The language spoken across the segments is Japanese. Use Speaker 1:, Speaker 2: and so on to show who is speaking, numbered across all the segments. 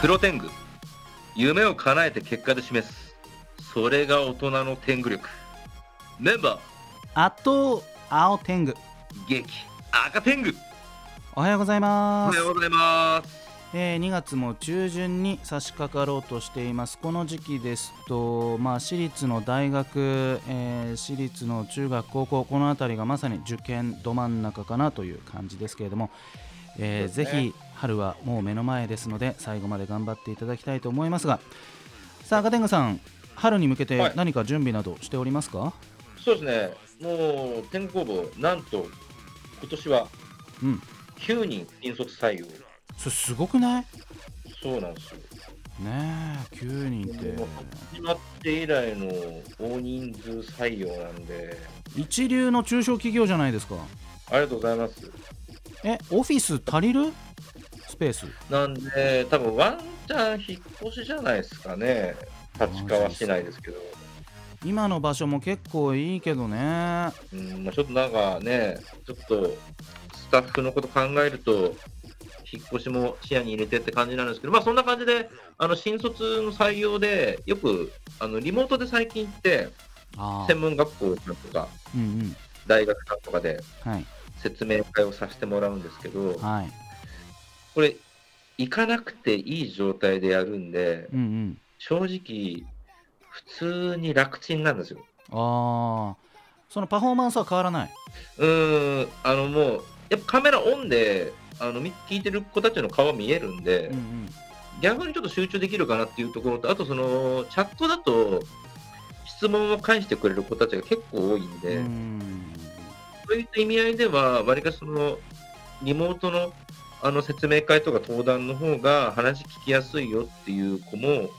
Speaker 1: 黒天狗夢を叶えて結果で示すそれが大人の天狗力メンバ
Speaker 2: あと青天狗
Speaker 1: ー激赤天狗
Speaker 2: おはようござい
Speaker 1: お
Speaker 2: ま
Speaker 1: は
Speaker 2: す
Speaker 1: よ、うございます
Speaker 2: えー2月も中旬に差し掛かろうとしていますこの時期ですと、まあ、私立の大学、えー私立の中学高校この辺りがまさに受験ど真ん中かなという感じですけれども、えー
Speaker 1: そうで
Speaker 2: ぜ
Speaker 1: すね
Speaker 2: ひ春はもう目の前ですので最後まで頑張っていただきたいと思いますがさあ赤天狗さん春に向け
Speaker 1: は
Speaker 2: て
Speaker 1: い
Speaker 2: 何か準備などしておりますか、
Speaker 1: そうですねもう天狗工房なんと今年は
Speaker 2: うん
Speaker 1: 9人引率採用
Speaker 2: それすごくない
Speaker 1: そうなんですよ
Speaker 2: ねえ9人って
Speaker 1: 始まって以来の大人数採用なんで
Speaker 2: 一流の中小企業じゃないですか
Speaker 1: ありがとうございます
Speaker 2: えオフィス足りるスペース
Speaker 1: なんで多分ワンチャン引っ越しじゃないですかね立川市内ですけど
Speaker 2: 今の場所も結構いいけど
Speaker 1: うん
Speaker 2: ね
Speaker 1: まあ、ちょっとなんかね、ちょっとスタッフのこと考えると、引っ越しも視野に入れてって感じなんですけど、まあそんな感じで、あの新卒の採用で、よくあのリモートで最近って、
Speaker 2: ああ
Speaker 1: 専門学校さんとか、
Speaker 2: うんうん
Speaker 1: 大学さんとかで
Speaker 2: はい
Speaker 1: 説明会をさせてもらうんですけど、
Speaker 2: はい
Speaker 1: これ、行かなくていい状態でやるんで、
Speaker 2: うんうん
Speaker 1: 正直、普通に楽ちんなんですよ。
Speaker 2: ああそのパフォーマンスは変わらないう
Speaker 1: ーん、あのもう、やっぱカメラオンで、あのみ聞いてる子たちの顔見えるんで、
Speaker 2: うんうん
Speaker 1: 逆にちょっと集中できるかなっていうところと、あとそのチャットだと、質問を返してくれる子たちが結構多いん
Speaker 2: う
Speaker 1: で、
Speaker 2: ーん
Speaker 1: そういった意味合いでは、わりかしそのリモートのあの説明会とか登壇の方が話聞きやすいよっていう子も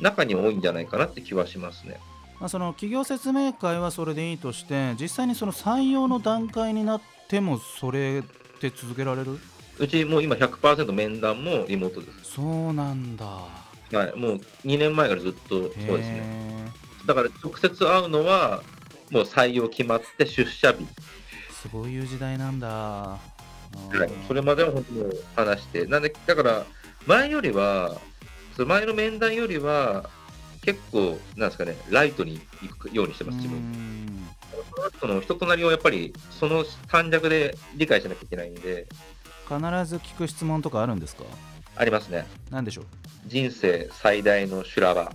Speaker 1: 中には多いんじゃないかなって気はしますね。
Speaker 2: まあその企業説明会はそれでいいとして実際にその採用の段階になってもそれって続けられる
Speaker 1: うちもう今100%面談もリモートです。
Speaker 2: そうなんだ
Speaker 1: はい、もう2年前からずっとそうですね。
Speaker 2: へ
Speaker 1: だから直接会うのは、もう採用決まって出社日、
Speaker 2: えそういう時代なんだあー
Speaker 1: はいそれまでは本当に話して、なんで、だから前よりは、その前の面談よりは、結構、なんですかね、ライトに行くようにしてます、自
Speaker 2: うー
Speaker 1: 分。
Speaker 2: ん
Speaker 1: その人となりをやっぱり、その短尺で理解しなきゃいけないんで、
Speaker 2: 必ず聞く質問とかあるんですか
Speaker 1: ありますね。
Speaker 2: 何でしょう
Speaker 1: 人生最大の修羅場。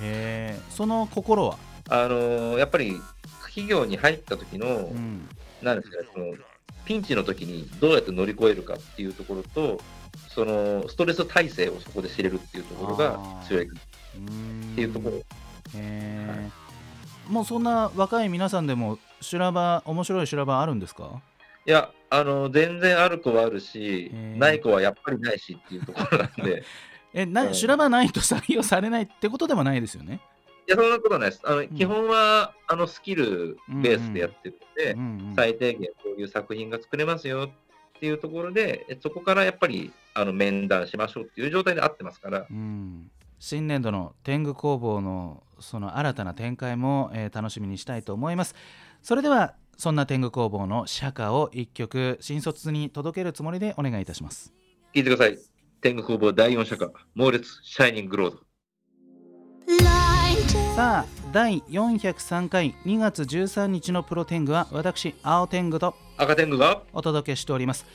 Speaker 2: へえその心は、
Speaker 1: あのーやっぱり、企業に入った時の
Speaker 2: う、ん、
Speaker 1: なんですかね、そのピンチの時にどうやって乗り越えるかっていうところと、そのストレス耐性をそこで知れるっていうところが強いっ
Speaker 2: うーん
Speaker 1: ていうところ、
Speaker 2: へえもうそんな若い皆さんでも修羅場面白い修羅場あるんですか
Speaker 1: いや、あの全然ある子はあるし
Speaker 2: へ、ー
Speaker 1: ない子はやっぱりないしっていうところなん で、
Speaker 2: え
Speaker 1: う
Speaker 2: なん修羅場ないと採用されないってことでもないですよね、
Speaker 1: いや、そんなことはないです。あの
Speaker 2: ん
Speaker 1: 基本はあのスキルベースでやってるので、
Speaker 2: うんうん、
Speaker 1: 最低限こういう作品が作れますよっていうところで、えそこからやっぱりあの面談しましょうっていう状態で合ってますから、
Speaker 2: うん新年度の天狗工房のその新たな展開も、えー楽しみにしたいと思いますそれではそんな天狗工房の社歌を一曲新卒に届けるつもりでお願いいたします
Speaker 1: 聞いてください。天狗工房第4社か、猛烈、シャイニングロード。
Speaker 2: さあ第403回2月13日のプロテングは私青天狗と
Speaker 1: 赤天狗が
Speaker 2: お届けしております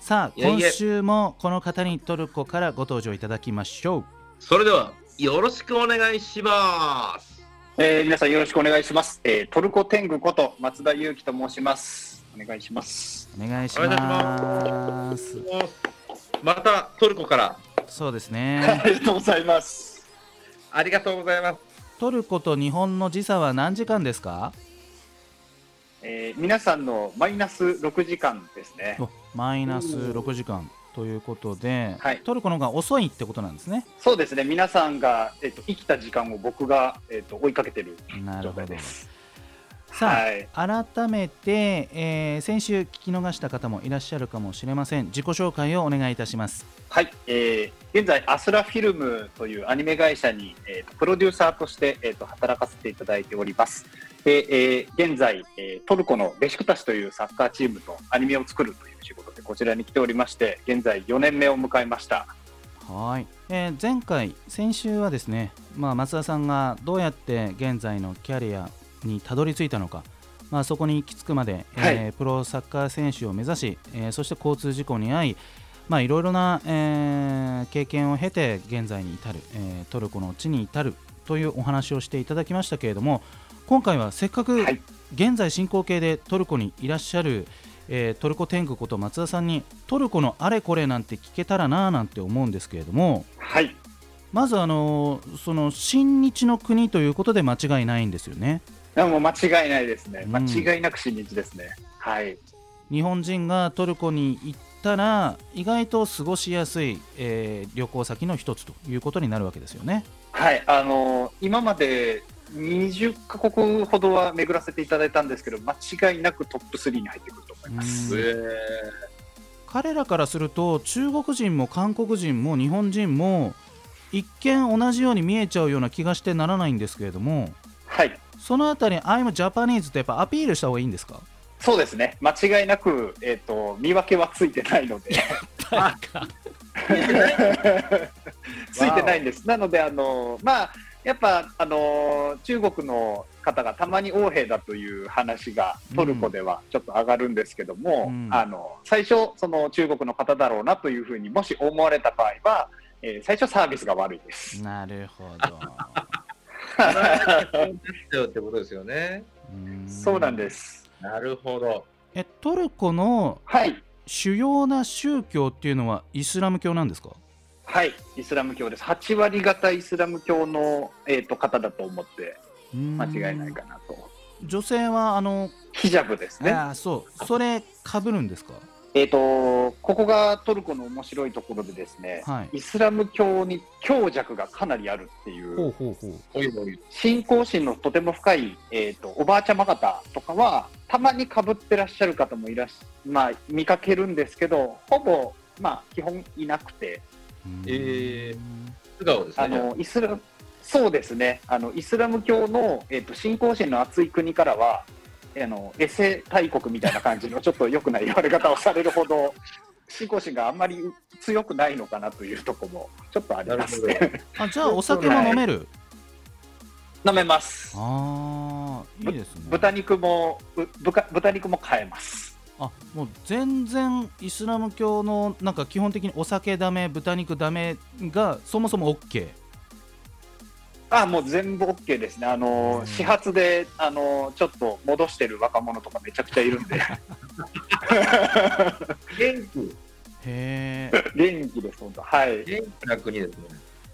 Speaker 2: さあ
Speaker 1: いえいえ
Speaker 2: 今週もこの方にトルコからご登場いただきましょう
Speaker 1: それではよろしくお願いします
Speaker 3: えー皆さんよろしくお願いします。えートルコ天狗こと松田裕樹と申します。お願い します。
Speaker 2: お願いし
Speaker 1: お願いし
Speaker 2: ます
Speaker 1: またトルコから
Speaker 2: そうです
Speaker 3: あ
Speaker 2: ね
Speaker 3: りがとうございます。
Speaker 1: ありがとうございます
Speaker 2: トルコと日本の時差は何時間ですか
Speaker 3: えー皆さんのマイナス6時間ですね。
Speaker 2: おマイナス6時間ということで、
Speaker 3: はい
Speaker 2: トルコの方が遅いってことなんですね
Speaker 3: そうですね。皆さんが、えーと生きた時間を僕が、えーと追いかけてる
Speaker 2: なる
Speaker 3: 状
Speaker 2: ほ
Speaker 3: 態
Speaker 2: ど
Speaker 3: です。
Speaker 2: さあ、
Speaker 3: はい。
Speaker 2: 改めて、えー先週聞き逃した方もいらっしゃるかもしれません自己紹介をお願いいたします
Speaker 3: はい、えー現在、アスラフィルムというアニメ会社に、えーとプロデューサーとして、えーと働かせていただいております。で、えー現在、えートルコのベシクタシというサッカーチームのアニメを作るという仕事でこちらに来ておりまして現在4年目を迎えました
Speaker 2: はい、えー前回先週はですね、まあ、松田さんがどうやって現在のキャリアにたどり着いたのか、まあ、そこに行き着くまで、えー
Speaker 3: は
Speaker 2: プロサッカー選手を目指し、えーそして交通事故に遭いまあいろいろな、えー経験を経て現在に至る、えートルコの地に至るというお話をしていただきましたけれども今回はせっかく
Speaker 3: はい
Speaker 2: 現在進行形でトルコにいらっしゃる、えートルコ天狗こと松田さんにトルコのあれこれなんて聞けたらなあなんて思うんですけれども
Speaker 3: はい
Speaker 2: まずあのーその親日の国ということで間違いないんですよね
Speaker 3: でももう間違いないですね
Speaker 2: うん
Speaker 3: 間違いなく新日ですね、はい
Speaker 2: 日本人がトルコに行ったら意外と過ごしやすい、えー旅行先の一つということになるわけですよね
Speaker 3: はい、あの今まで20カ国ほどは巡らせていただいたんですけど、間違いなくトップ3に入ってくると思います。
Speaker 2: うん
Speaker 1: え
Speaker 2: 彼らからすると中国人も韓国人も日本人も一見同じように見えちゃうような気がしてならないんですけれども
Speaker 3: はい、
Speaker 2: そのあたり、I'm Japanese ってやっぱアピールした方がいいんですか
Speaker 3: そうですね、間違いなく、えっと見分けはついてないので、 ついてないんです。なので、あのまあ、やっぱあの中国の方がたまに横兵だという話がトルコではちょっと上がるんですけども、
Speaker 2: うん
Speaker 3: あの最初、その中国の方だろうなというふうにもし思われた場合は、えー最初、サービスが悪いです。
Speaker 2: なるほ ど。。
Speaker 1: ー、そうってことですよね。
Speaker 3: そうなんですす。
Speaker 1: なるほど。
Speaker 2: え、トルコの
Speaker 3: はい、
Speaker 2: 主要な宗教っていうのはイスラム教なんですか
Speaker 3: はい、イスラム教です。8割方イスラム教の、えー、と方だと思って間
Speaker 2: 間
Speaker 3: 違いない。かなと。
Speaker 2: 女性は、あの、
Speaker 3: ヒジャブですね。
Speaker 2: あーそう、それかぶるんですか
Speaker 3: えっ、とここがトルコの面白いところでですね、
Speaker 2: はい。
Speaker 3: イスラム教に強弱がかなりあるってい
Speaker 2: ほう
Speaker 3: う
Speaker 2: ほうほう。
Speaker 1: おいおい。
Speaker 3: 信仰心のとても深い、えー、とおばあちゃま方とかはたまにかぶってらっしゃる方もいらっしまあ見かけるんですけどほぼまあ基本いなくて
Speaker 1: えー素顔ですね。
Speaker 3: あのイスラそうですねあのイスラム教の、えっと信仰心の厚い国からはあのエセ大国みたいな感じのちょっと良くない言われ方をされるほど信仰心があんまり強くないのかなというところもちょっとあり
Speaker 1: なる
Speaker 3: ま
Speaker 1: ほ
Speaker 3: す
Speaker 1: ど。
Speaker 3: ね。
Speaker 2: あ、じゃあお酒も飲める。
Speaker 3: 飲めます
Speaker 2: ああ、いいですね。
Speaker 3: 豚肉もぶ豚豚肉も買えます
Speaker 2: あもう全然イスラム教のなんか基本的にお酒ダメ豚肉ダメがそもそも OK
Speaker 3: あもう全部 OK ですねあの、
Speaker 2: うん
Speaker 3: 始発であのちょっと戻してる若者とかめちゃくちゃいるんで
Speaker 1: 元気、
Speaker 2: へえ
Speaker 3: 元気です本当はい
Speaker 1: 元気な国ですね。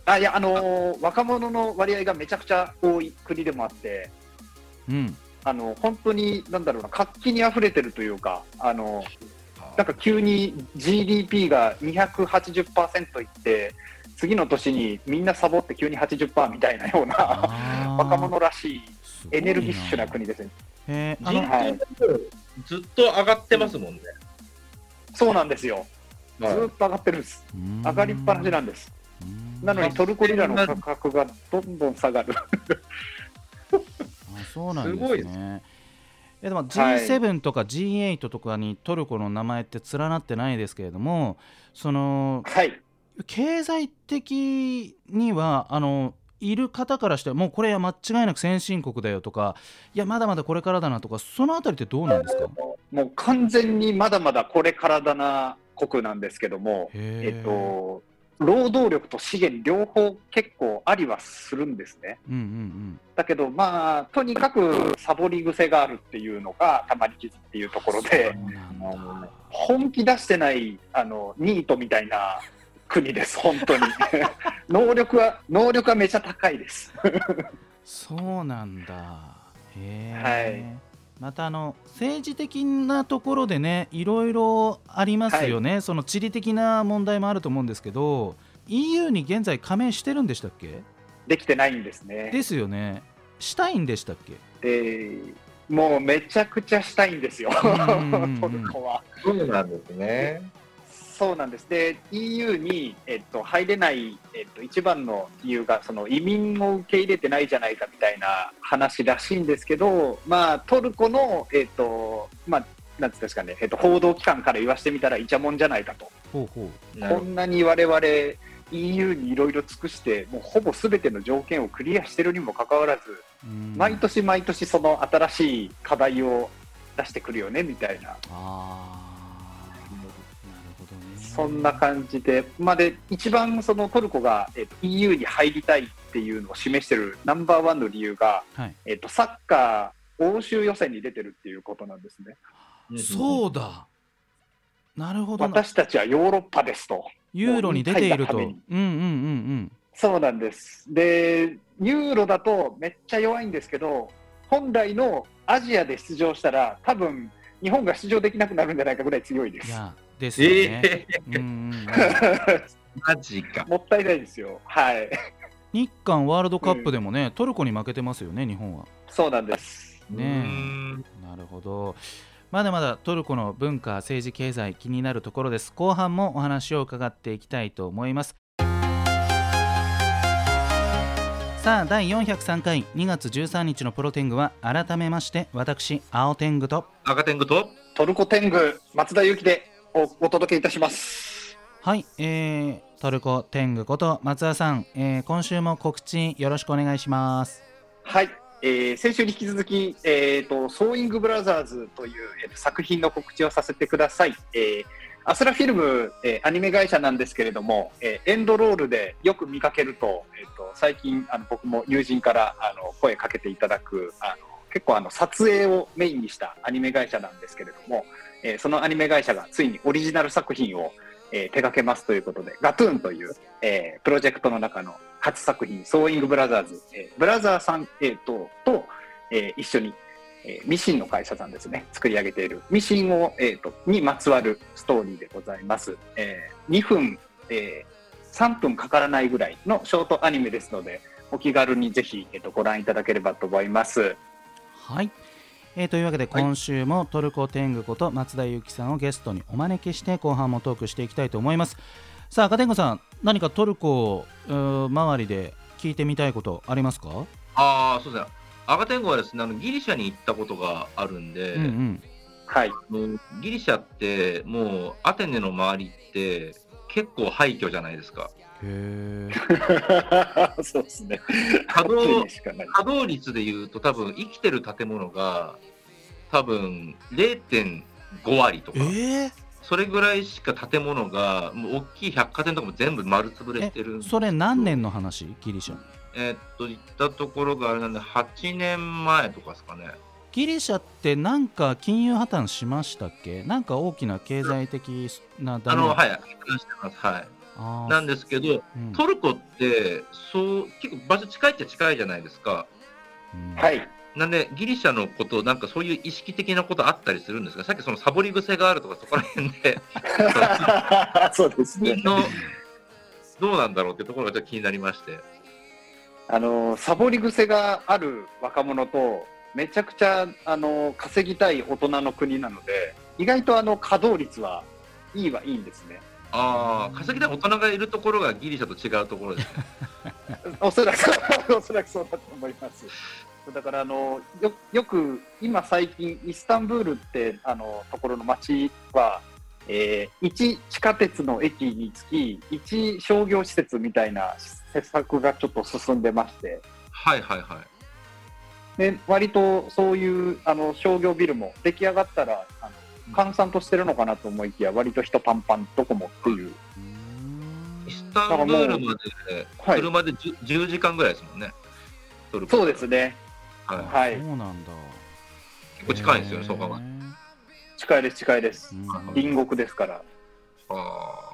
Speaker 3: あいやあの若者の割合がめちゃくちゃ多い国でもあって
Speaker 2: うん
Speaker 3: あの本当になんだろうな活気にあふれてるというかあのなんか急に GDP が280%いって次の年にみんなサボって急に80%みたいなような
Speaker 2: あー
Speaker 3: 若者らしい
Speaker 2: すごい
Speaker 3: エ
Speaker 2: な
Speaker 3: ネルギッシュな国ですね。
Speaker 2: へーあ
Speaker 1: 人
Speaker 2: の
Speaker 1: 口ずっと上がってますもんね。
Speaker 3: そうなんですよ。ず
Speaker 1: はい
Speaker 3: ーっと上がってるんです。上がりっぱなしなんです。
Speaker 2: うーん
Speaker 3: なのにトルコリラの価格がどんどん下がる。
Speaker 2: あそうなんです
Speaker 1: すごいで
Speaker 2: ねいやでも
Speaker 3: はい
Speaker 2: G7 とか G8 とかにトルコの名前って連なってないですけれどもその
Speaker 3: はい。
Speaker 2: 経済的にはあのいる方からしてもうこれは間違いなく先進国だよとかいやまだまだこれからだなとかそのあたりってどうなんですか
Speaker 3: もう完全にまだまだこれからだな国なんですけども、
Speaker 2: え
Speaker 3: えっ、と、労働力と資源両方結構ありはするんですね。
Speaker 2: うんうん
Speaker 3: だけど、まあ、とにかくサボり癖があるっていうのがたまり傷っていうところ
Speaker 2: うん、
Speaker 3: で、
Speaker 2: そうなんだ。
Speaker 3: 本気出してないあのニートみたいな国です、本当 に。能力は、能力はめちゃ高いです。
Speaker 2: そうなんだ。へえ。またあの政治的なところでね、いろいろありますよね。その地理的な問題もあると思うんですけど、EU に現在加盟してるんでしたっけ？
Speaker 3: できてないんですね。
Speaker 2: ですよね。したいんでしたっけ？
Speaker 3: えーもうめちゃくちゃしたいんですよ、
Speaker 2: うんうんうん
Speaker 3: トルコは。
Speaker 1: そうなんですね。
Speaker 3: そうなんですで EU に、えっと、入れない、えっと、一番の理由がその移民を受け入れてないじゃないかみたいな話らしいんですけど、まあ、トルコの、えっとまあ、なんていうんですかね、えっと、報道機関から言わしてみたらいちゃもんじゃないかと、
Speaker 2: ほうほう
Speaker 1: なる
Speaker 3: こ
Speaker 1: ほど
Speaker 3: んなに我々 EU にいろいろ尽くしてもうほぼすべての条件をクリアしてるにもかかわらず
Speaker 2: うん
Speaker 3: 毎年毎年その新しい課題を出してくるよねみたいな。
Speaker 2: ああなるほどね
Speaker 3: そんな感じで、まあ、で一番そのトルコが、えっと EU に入りたいっていうのを示してるナンバーワンの理由が、
Speaker 2: はい
Speaker 3: えっとサッカー欧州予選に出てるっていうことなんですね。
Speaker 1: うん
Speaker 2: そうだなるほどな
Speaker 3: 私たちはヨーロッパですと。
Speaker 2: ユーロに出ているとう
Speaker 3: も
Speaker 2: ん
Speaker 3: う
Speaker 2: うん
Speaker 3: 見
Speaker 2: うん
Speaker 3: そうなんです。で、ユーロだとめっちゃ弱いんですけど、本来のアジアで出場したら、多分日本が出場できなくなるんじゃないかぐらい強いで
Speaker 2: うんい
Speaker 3: す。
Speaker 2: やですよ
Speaker 1: え
Speaker 2: ね、
Speaker 1: え
Speaker 2: うんうんうん
Speaker 1: マジか。
Speaker 3: もったいないですよ。はい。
Speaker 2: 日韓ワールドカップでもね、トルコに負けてますよね日本は
Speaker 3: そうなんです。
Speaker 2: ねえ
Speaker 1: うーん
Speaker 2: なるほどまだまだトルコの文化政治経済気になるところです後半もお話を伺っていきたいと思いますさあ第403回2月13日のプロテングは改めまして私青天狗と
Speaker 1: 赤天狗と
Speaker 3: トルコ天狗、松田ゆきでおお届けいたします。
Speaker 2: はい、えー、トルコ天狗こと松田さん、えー今週も告知よろしくお願いします
Speaker 3: はい、えー先週に引き続き、えー、とソーイングブラザーズという、えーと作品の告知をさせてください。えーアスラフィルム、えーアニメ会社なんですけれども、えーエンドロールでよく見かけると、えーと最近あの僕も友人からあの声かけていただくあの結構あの撮影をメインにしたアニメ会社なんですけれども、えーそのアニメ会社がついにオリジナル作品を、えー手掛けますということで、ガトゥーンという、えープロジェクトの中の初作品「ソーイングブラザーズ」えーブラザーさん、えーとと、えー一緒に、えーミシンの会社さんですね作り上げているミシンを、えーとにまつわるストーリーでございます、えー2分、えー3分かからないぐらいのショートアニメですのでお気軽にぜひ、えーとご覧いただければと思います
Speaker 2: はい、えーというわけで
Speaker 1: はい
Speaker 2: 今週もトルコ天狗こと松田ゆきさんをゲストにお招きして後半もトークしていきたいと思いますさあ赤天狗さん何かトルコうー周りで聞いてみたいことありますか、
Speaker 1: ああ、そうですね。赤天狗はですね、あのギリシャに行ったことがあるんで、
Speaker 2: うんうん
Speaker 3: はい
Speaker 1: もうギリシャって、もうアテネの周りって、結構廃墟じゃないですか。
Speaker 2: へえ
Speaker 3: そうですね
Speaker 1: 稼
Speaker 3: こ
Speaker 1: 働
Speaker 3: っちにしかない
Speaker 1: 稼働率でいうと、多分生きてる建物が、多分0.5割とか、
Speaker 2: え
Speaker 1: それぐらいしか建物が、もう大きい百貨店とかも全部丸潰れてるんで
Speaker 2: それ何年の話ギリシャ
Speaker 1: えーっと、行ったところがあれなんで、8年前とかですかね。
Speaker 2: ギリシャってなんか金融破綻しましたっけなんか大きな経済的な
Speaker 1: あ
Speaker 2: ダメ
Speaker 1: の、はい、話してます。はい。
Speaker 2: あー
Speaker 1: なんですけど、
Speaker 2: うん
Speaker 1: トルコって、そう、結構場所近いっちゃ近いじゃないですか。
Speaker 2: うん
Speaker 3: はい
Speaker 1: なんで、ギリシャのこと、なんかそういう意識的なことあったりするんですかさっきそのサボり癖があるとか、そこら辺で、
Speaker 3: そうですね
Speaker 1: 国の、どうなんだろうってところがちょっと気になりまして。
Speaker 3: あのサボり癖がある若者とめちゃくちゃあの稼ぎたい大人の国なので意外とあの稼働率はいいはいいんですね
Speaker 1: ああ、稼ぎたい大人がいるところがギリシャと違うところです ね。
Speaker 3: おそらく おそらくそうだと思いますだからあのよよく今最近イスタンブールってあのところの街は、え1地下鉄の駅につき1商業施設みたいな施策がちょっと進んでまして
Speaker 1: はいはいはい。
Speaker 3: で割とそういうあの商業ビルも出来上がったらあの閑散としてるのかなと思いきや割と人パンパンどこもっていう、
Speaker 2: うん
Speaker 1: イスタンブールまで、
Speaker 3: はい、
Speaker 1: 車で10 10時間ぐらいですもんね。トルコ
Speaker 3: そうですね
Speaker 1: はい。
Speaker 3: はい
Speaker 2: そうなんだ
Speaker 1: 結構近いんですよね、そう考え
Speaker 2: へ
Speaker 1: る
Speaker 3: 近いです近いです
Speaker 2: ーうん
Speaker 3: 隣国ですから
Speaker 1: と。ああ。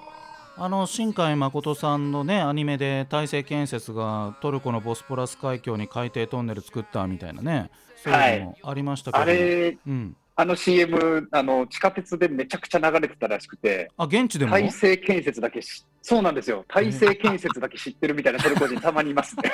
Speaker 2: あの新海誠さんのねアニメで大成建設がトルコのボスポラス海峡に海底トンネル作ったみたいなねそういうのもありましたけど、
Speaker 3: あれ
Speaker 2: うん、
Speaker 3: あの CM あの地下鉄でめちゃくちゃ流れてたらしくて
Speaker 2: あ現地でも
Speaker 3: 大成建設だけしそうなんですよ大成建設だけ知ってるみたいなトルコ人たまにいますね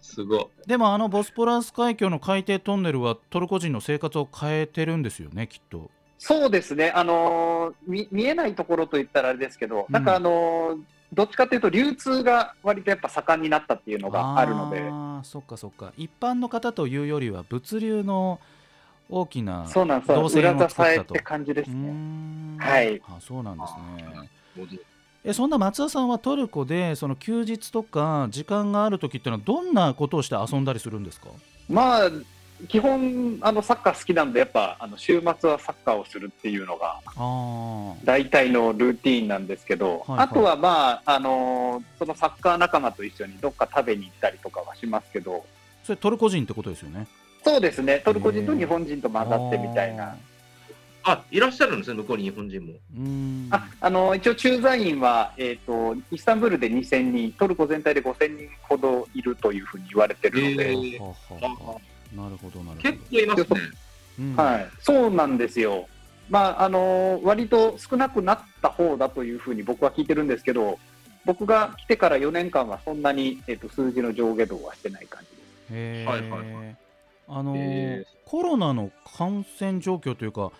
Speaker 1: すごい。
Speaker 2: でもあのボスポラス海峡の海底トンネルはトルコ人の生活を変えてるんですよねきっと
Speaker 3: そうですね、あのーみ見えないところといったらあれですけど、
Speaker 2: うん
Speaker 3: なんかあのーどっちかというと、流通が割とやっぱ盛んになったっていうのがあるので、
Speaker 2: あーそっかそっか一般の方というよりは物流の大きな
Speaker 3: そうなんですよ、
Speaker 2: 動線
Speaker 3: 裏
Speaker 2: を
Speaker 3: 支
Speaker 2: 作っ
Speaker 3: え
Speaker 2: た
Speaker 3: っ
Speaker 2: と
Speaker 3: て感じで
Speaker 2: う
Speaker 3: す
Speaker 2: ー
Speaker 3: ね。
Speaker 2: ん
Speaker 3: はい
Speaker 2: あそうなんですね
Speaker 1: なるほど
Speaker 2: えそんな松田さんはトルコでその休日とか時間がある時ってのはどんなことをして遊んだりするんですか
Speaker 3: まあ基本あのサッカー好きなんでやっぱあの週末はサッカーをするっていうのが
Speaker 2: あー
Speaker 3: 大体のルーティーンなんですけど、
Speaker 2: はいはい
Speaker 3: あとはまああのーそのサッカー仲間と一緒にどっか食べに行ったりとかはしますけど
Speaker 2: それトルコ人ってことですよね
Speaker 3: そうですねトルコ人と日本人と混ざってみたいな
Speaker 2: あ
Speaker 1: あ、いらっしゃるんですね、向こうに日本人も。
Speaker 2: ーうーん
Speaker 3: ああの一応、駐在員は、えー、とイスタンブールで2000人、トルコ全体で5000人ほどいるというふうに言われてるので、
Speaker 1: へー
Speaker 2: ははははなるほどなるほど
Speaker 1: 結構いますね。
Speaker 2: うん
Speaker 3: はい、そうなんですよ、まああの割と少なくなった方だというふうに僕は聞いてるんですけど、僕が来てから4年間はそんなに、えー、と数字の上下動はしてない感じです。
Speaker 2: へー
Speaker 1: はいはいは
Speaker 2: あのー
Speaker 1: へー
Speaker 2: コロナの感染状況というか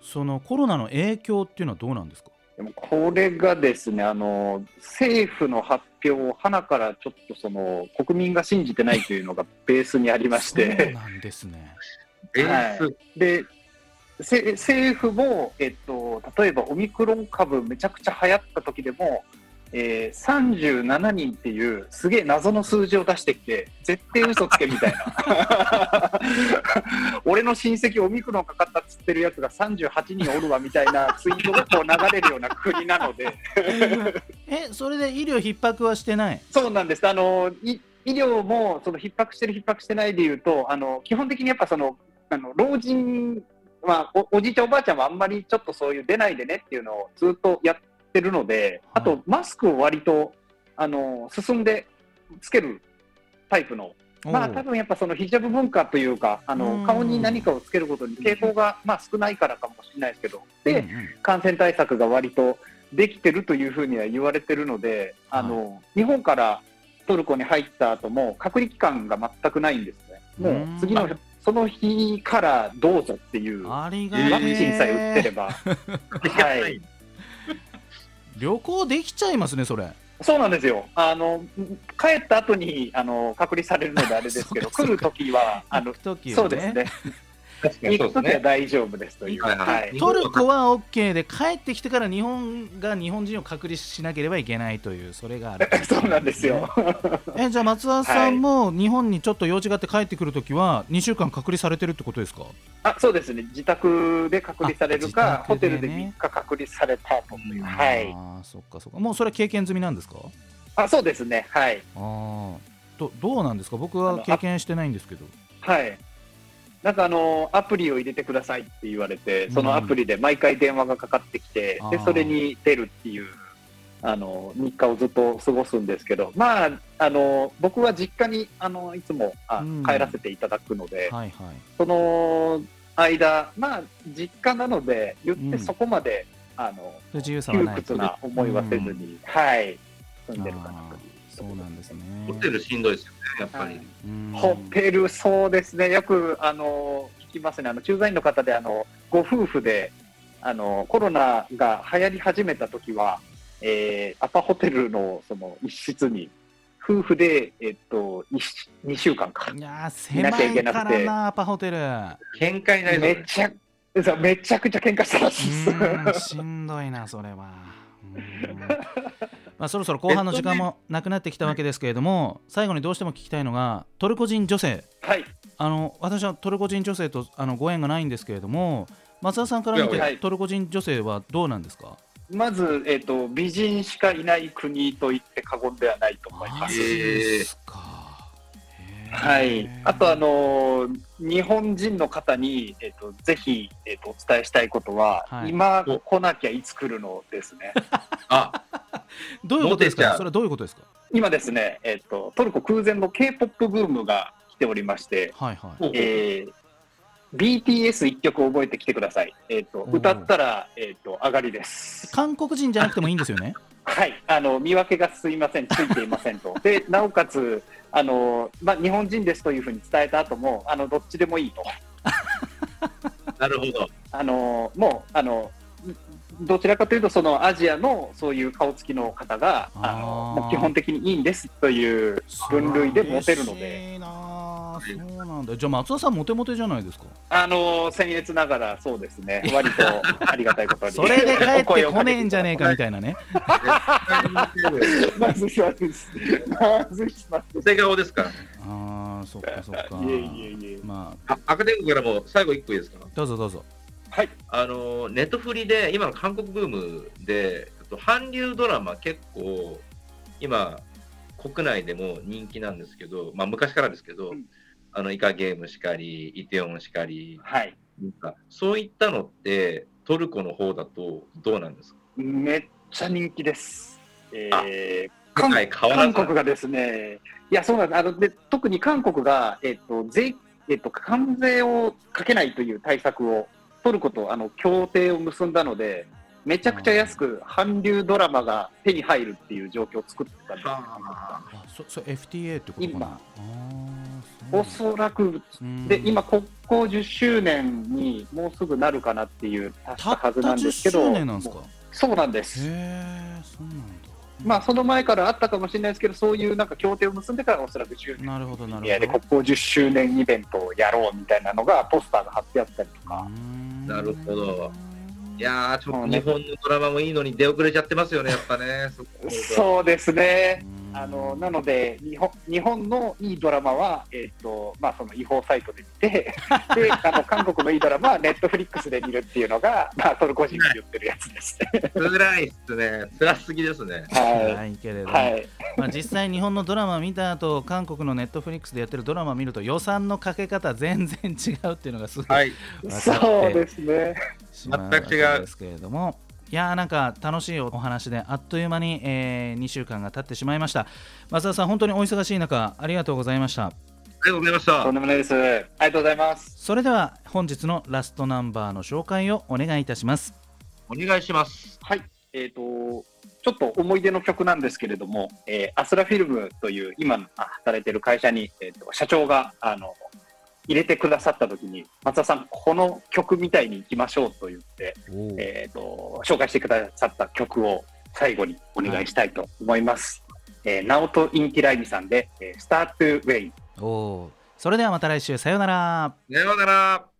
Speaker 2: そのコロナの影響っていうのはどうなんですか
Speaker 3: でもこれがですねあの政府の発表を花からちょっとその国民が信じてないというのがベースにありまし
Speaker 2: そ
Speaker 3: て
Speaker 2: う。なんです ね
Speaker 1: ベース、
Speaker 3: はでせ政府も、えっと、例えばオミクロン株めちゃくちゃ流行った時でも、えー、37人っていうすげえ謎の数字を出してきて絶対嘘つけみたいな 俺の親戚オミクロンかかったっつってるやつが38人おるわみたいなツイートがこう流れるような国なので
Speaker 2: えそれで医療逼迫はしてない
Speaker 3: そうなんですあのい医療もその逼迫してる逼迫してないでいうとあの基本的にやっぱそのあの老人、まあお、おじいちゃんおばあちゃんはあんまりちょっとそういう出ないでねっていうのをずっとやってるので、
Speaker 2: はい
Speaker 3: あとマスクを割とあの進んでつけるタイプの、まあ
Speaker 2: おう
Speaker 3: 多分やっぱそのヒジャブ文化というかあ
Speaker 2: うん
Speaker 3: の顔に何かをつけることに傾向が、まあ、少ないからかもしれないですけど。で、
Speaker 2: うんうん
Speaker 3: 感染対策が割とできてるというふうには言われてるので、あの日本からトルコに入った後も隔離期間が全くないんですね。も
Speaker 2: うん
Speaker 3: う次のその日からどうぞっていうワ
Speaker 2: ありが
Speaker 1: え
Speaker 2: て
Speaker 1: ー
Speaker 3: クチンさえ打ってれ
Speaker 2: え
Speaker 3: ば、
Speaker 1: はい
Speaker 3: はい、
Speaker 2: 旅行できちゃいますねそれ
Speaker 3: そうなんですよ。あの帰った後にあの隔離されるのであれですけど、
Speaker 2: そうかそう
Speaker 3: 来
Speaker 2: か
Speaker 3: る時はあの
Speaker 2: 行く時
Speaker 3: そ
Speaker 2: は
Speaker 3: うですね。
Speaker 1: 確かに
Speaker 3: 行
Speaker 1: そうです
Speaker 3: く時は
Speaker 1: ね。
Speaker 3: 大丈夫ですという。
Speaker 1: はいはい
Speaker 3: はい
Speaker 2: トルコは OK で帰ってきてから日本が日本人を隔離しなければいけないというそれがある
Speaker 3: そうなんですよ。
Speaker 2: えじゃあ松田さんも日本にちょっと用事があって帰ってくるときは2週間隔離されてるってことですか
Speaker 3: あそうですね、自宅で隔離される
Speaker 2: あ
Speaker 3: か、ホ
Speaker 2: 自
Speaker 3: テ
Speaker 2: 宅で
Speaker 3: ルで
Speaker 2: ね
Speaker 3: 3日隔離されたという、はい、
Speaker 2: あーそっかそっかもうそれは経験済みなんですか
Speaker 3: あそうですね、はい、
Speaker 2: あーどどうなんですか僕は経験してないんですけど
Speaker 3: はい、なんかあのアプリを入れてくださいって言われて、そ
Speaker 2: うん
Speaker 3: のアプリで毎回電話がかかってきて、
Speaker 2: あ
Speaker 3: で
Speaker 2: ー
Speaker 3: それに出るっていう。あの3日をずっと過ごすんですけど、まあ、あの僕は実家にあのいつもあ
Speaker 2: うん
Speaker 3: 帰らせていただくので、
Speaker 2: はいはい
Speaker 3: その間、まあ、実家なので、言っ
Speaker 2: うん
Speaker 3: てそこまで、あの
Speaker 2: 不自由さは
Speaker 3: 窮
Speaker 2: ない
Speaker 3: 屈な思いはせずに、はい、住んでるかな
Speaker 2: あ
Speaker 3: と
Speaker 2: ーそうなんですね
Speaker 1: ホテルしんどいですよね、やっぱ
Speaker 3: は
Speaker 1: り。
Speaker 3: い
Speaker 2: うん
Speaker 3: ホテル、そうですね、よくあの聞きますね、あの駐在員の方であのご夫婦であのコロナが流行り始めた時は、えーアパホテルのその一室に、夫婦で、えっと、2週間か
Speaker 2: い、やー
Speaker 3: 見な
Speaker 2: 狭
Speaker 3: きゃい
Speaker 2: い
Speaker 3: け
Speaker 2: か
Speaker 3: なくて
Speaker 2: らなアパホテル
Speaker 1: 見解ない
Speaker 3: めちゃそうめちゃくちゃ喧嘩したらしいです。
Speaker 2: うーんしんどいな、それは。うーんまあ、そろそろ後半の時間もなくなってきたわけですけれども、最後にどうしても聞きたいのが、トルコ人女性、
Speaker 3: はい
Speaker 2: あの私はトルコ人女性とあのご縁がないんですけれども、松田さんから見
Speaker 1: い
Speaker 3: やは
Speaker 2: て、
Speaker 3: い
Speaker 2: トルコ人女性はどうなんですか
Speaker 3: まず、えっと、美人しかいない国と言って過言ではないと思います
Speaker 2: マ。ジですか。へー
Speaker 3: はい、あと、あのー日本人の方に、えっとぜひ、えっとお伝えしたいことは、
Speaker 2: はい
Speaker 3: 今来なきゃいつ来るのですね。
Speaker 1: あ、
Speaker 2: どういうことで
Speaker 1: モテ
Speaker 2: す
Speaker 1: ち
Speaker 2: か
Speaker 1: ゃう
Speaker 2: それはどういうことですか
Speaker 3: 今ですね、えっとトルコ空前の K-POP ブームが来ておりまして、
Speaker 2: はいはい。
Speaker 1: ほうほう
Speaker 3: えー BTS 一曲覚えてきてください。えっと
Speaker 2: おー
Speaker 3: 歌ったら、えっと上がりです。
Speaker 2: 韓国人じゃなくてもいいんですよね。
Speaker 3: はい、あの見分けがすいません、ついていません と、でなおかつあの、まあ、日本人ですというふうに伝えた後もあのどっちでもいいと、
Speaker 1: なるほど。
Speaker 3: あのもうあのどちらかというとそのアジアのそういう顔つきの方があ
Speaker 2: あ
Speaker 3: の
Speaker 2: ー
Speaker 3: もう基本的にいいんですという分類でモテるので
Speaker 2: 嬉しいなーそうなんだじゃあ松田さんモテモテじゃないですか
Speaker 3: あの僭越ながらそうですね割とありがたいことに
Speaker 2: それで帰っ
Speaker 3: お声
Speaker 2: て
Speaker 3: を
Speaker 2: こ
Speaker 3: か
Speaker 2: ね
Speaker 3: け
Speaker 2: えんじゃねえかみたいなね
Speaker 3: まずいまずいまずいま
Speaker 1: お手顔ですからね。
Speaker 2: ああそっかそっか
Speaker 3: ずいいえいえいえ
Speaker 2: まあ
Speaker 1: あ赤天狗からも最後一個いいですか
Speaker 2: どうぞどうぞ
Speaker 3: はい
Speaker 1: あのネットフリで今の韓国ブームでえっと韓流ドラマ結構今国内でも人気なんですけど、まあ、昔からですけど、
Speaker 3: うん
Speaker 1: あのイカゲームしかりイテオンしかり
Speaker 3: はい
Speaker 1: なんかそういったのってトルコの方だとどうなんですか
Speaker 3: めっちゃ人気です
Speaker 1: あ
Speaker 3: えー
Speaker 1: 世界変わら
Speaker 3: 韓
Speaker 1: ず
Speaker 3: 国がですね、いや、そうなんです、あので特に韓国が、えっと税えっと関税をかけないという対策を、トルコとあの協定を結んだので、めちゃくちゃ安く、韓流ドラマが手に入るっていう状況を作ったんです、
Speaker 1: は
Speaker 2: あそそ FTA ってことかなあー
Speaker 3: おそらく、
Speaker 2: そうなんだ
Speaker 3: で今、国交10周年にもうすぐなるかなっていう、達したた
Speaker 2: った
Speaker 3: はずなんです
Speaker 2: 10
Speaker 3: けど、
Speaker 2: 周年なんですかへ
Speaker 3: そうなんです。
Speaker 2: えそうなんだ
Speaker 3: まあ、その前からあったかもしれないですけど、そういうなんか協定を結んでから、おそらく10年
Speaker 2: なるほどなる
Speaker 3: いやで
Speaker 2: ほ
Speaker 3: 国交10周年イベントをやろうみたいなのがポスターが貼ってあったりと
Speaker 2: ど
Speaker 3: か、
Speaker 2: うーん
Speaker 1: なるほどいやーちょっと日本のドラマもいいのに出遅れちゃってますよねやっぱねそこ
Speaker 3: そうですね
Speaker 2: うん
Speaker 3: あのなので日本日本のいいドラマは、えっとまあ、その違法サイトで見 てであの韓国のいいドラマはネットフリックスで見るっていうのが、まあ、トルコ人に言ってるやつですね。
Speaker 1: 辛いっすね辛すぎですね
Speaker 3: は
Speaker 2: ないけれ
Speaker 3: い、
Speaker 2: ど、
Speaker 3: はい
Speaker 2: まあ、実際日本のドラマ見た後韓国のネットフリックスでやってるドラマ見ると予算のかけ方全然違うっていうのがすごい
Speaker 1: はい
Speaker 2: 分かって
Speaker 3: そうですね。
Speaker 2: しまうわ
Speaker 1: 全
Speaker 2: け
Speaker 1: く違う
Speaker 2: ですけれども。いやーなんか楽しいお話であっという間に、え2週間が経ってしまいました松田さん本当にお忙しい中ありがとうございました
Speaker 1: ありがとうございました
Speaker 3: とんでもないです。ありがとうございます。
Speaker 2: それでは本日のラストナンバーの紹介をお願いいたします
Speaker 1: お願いします
Speaker 3: はい、えっ、と、ちょっと思い出の曲なんですけれども、えーアスラフィルムという今あ働いてる会社に、えー、と社長があの入れてくださった時に、松田さん、この曲みたいに行きましょうと言って、
Speaker 2: おー
Speaker 3: えー、と紹介してくださった曲を最後にお願いしたいと思います。えーナオト・インティライミさんで、えースタート・ウェイン。
Speaker 2: おーそれではまた来週さようなら
Speaker 1: さようなら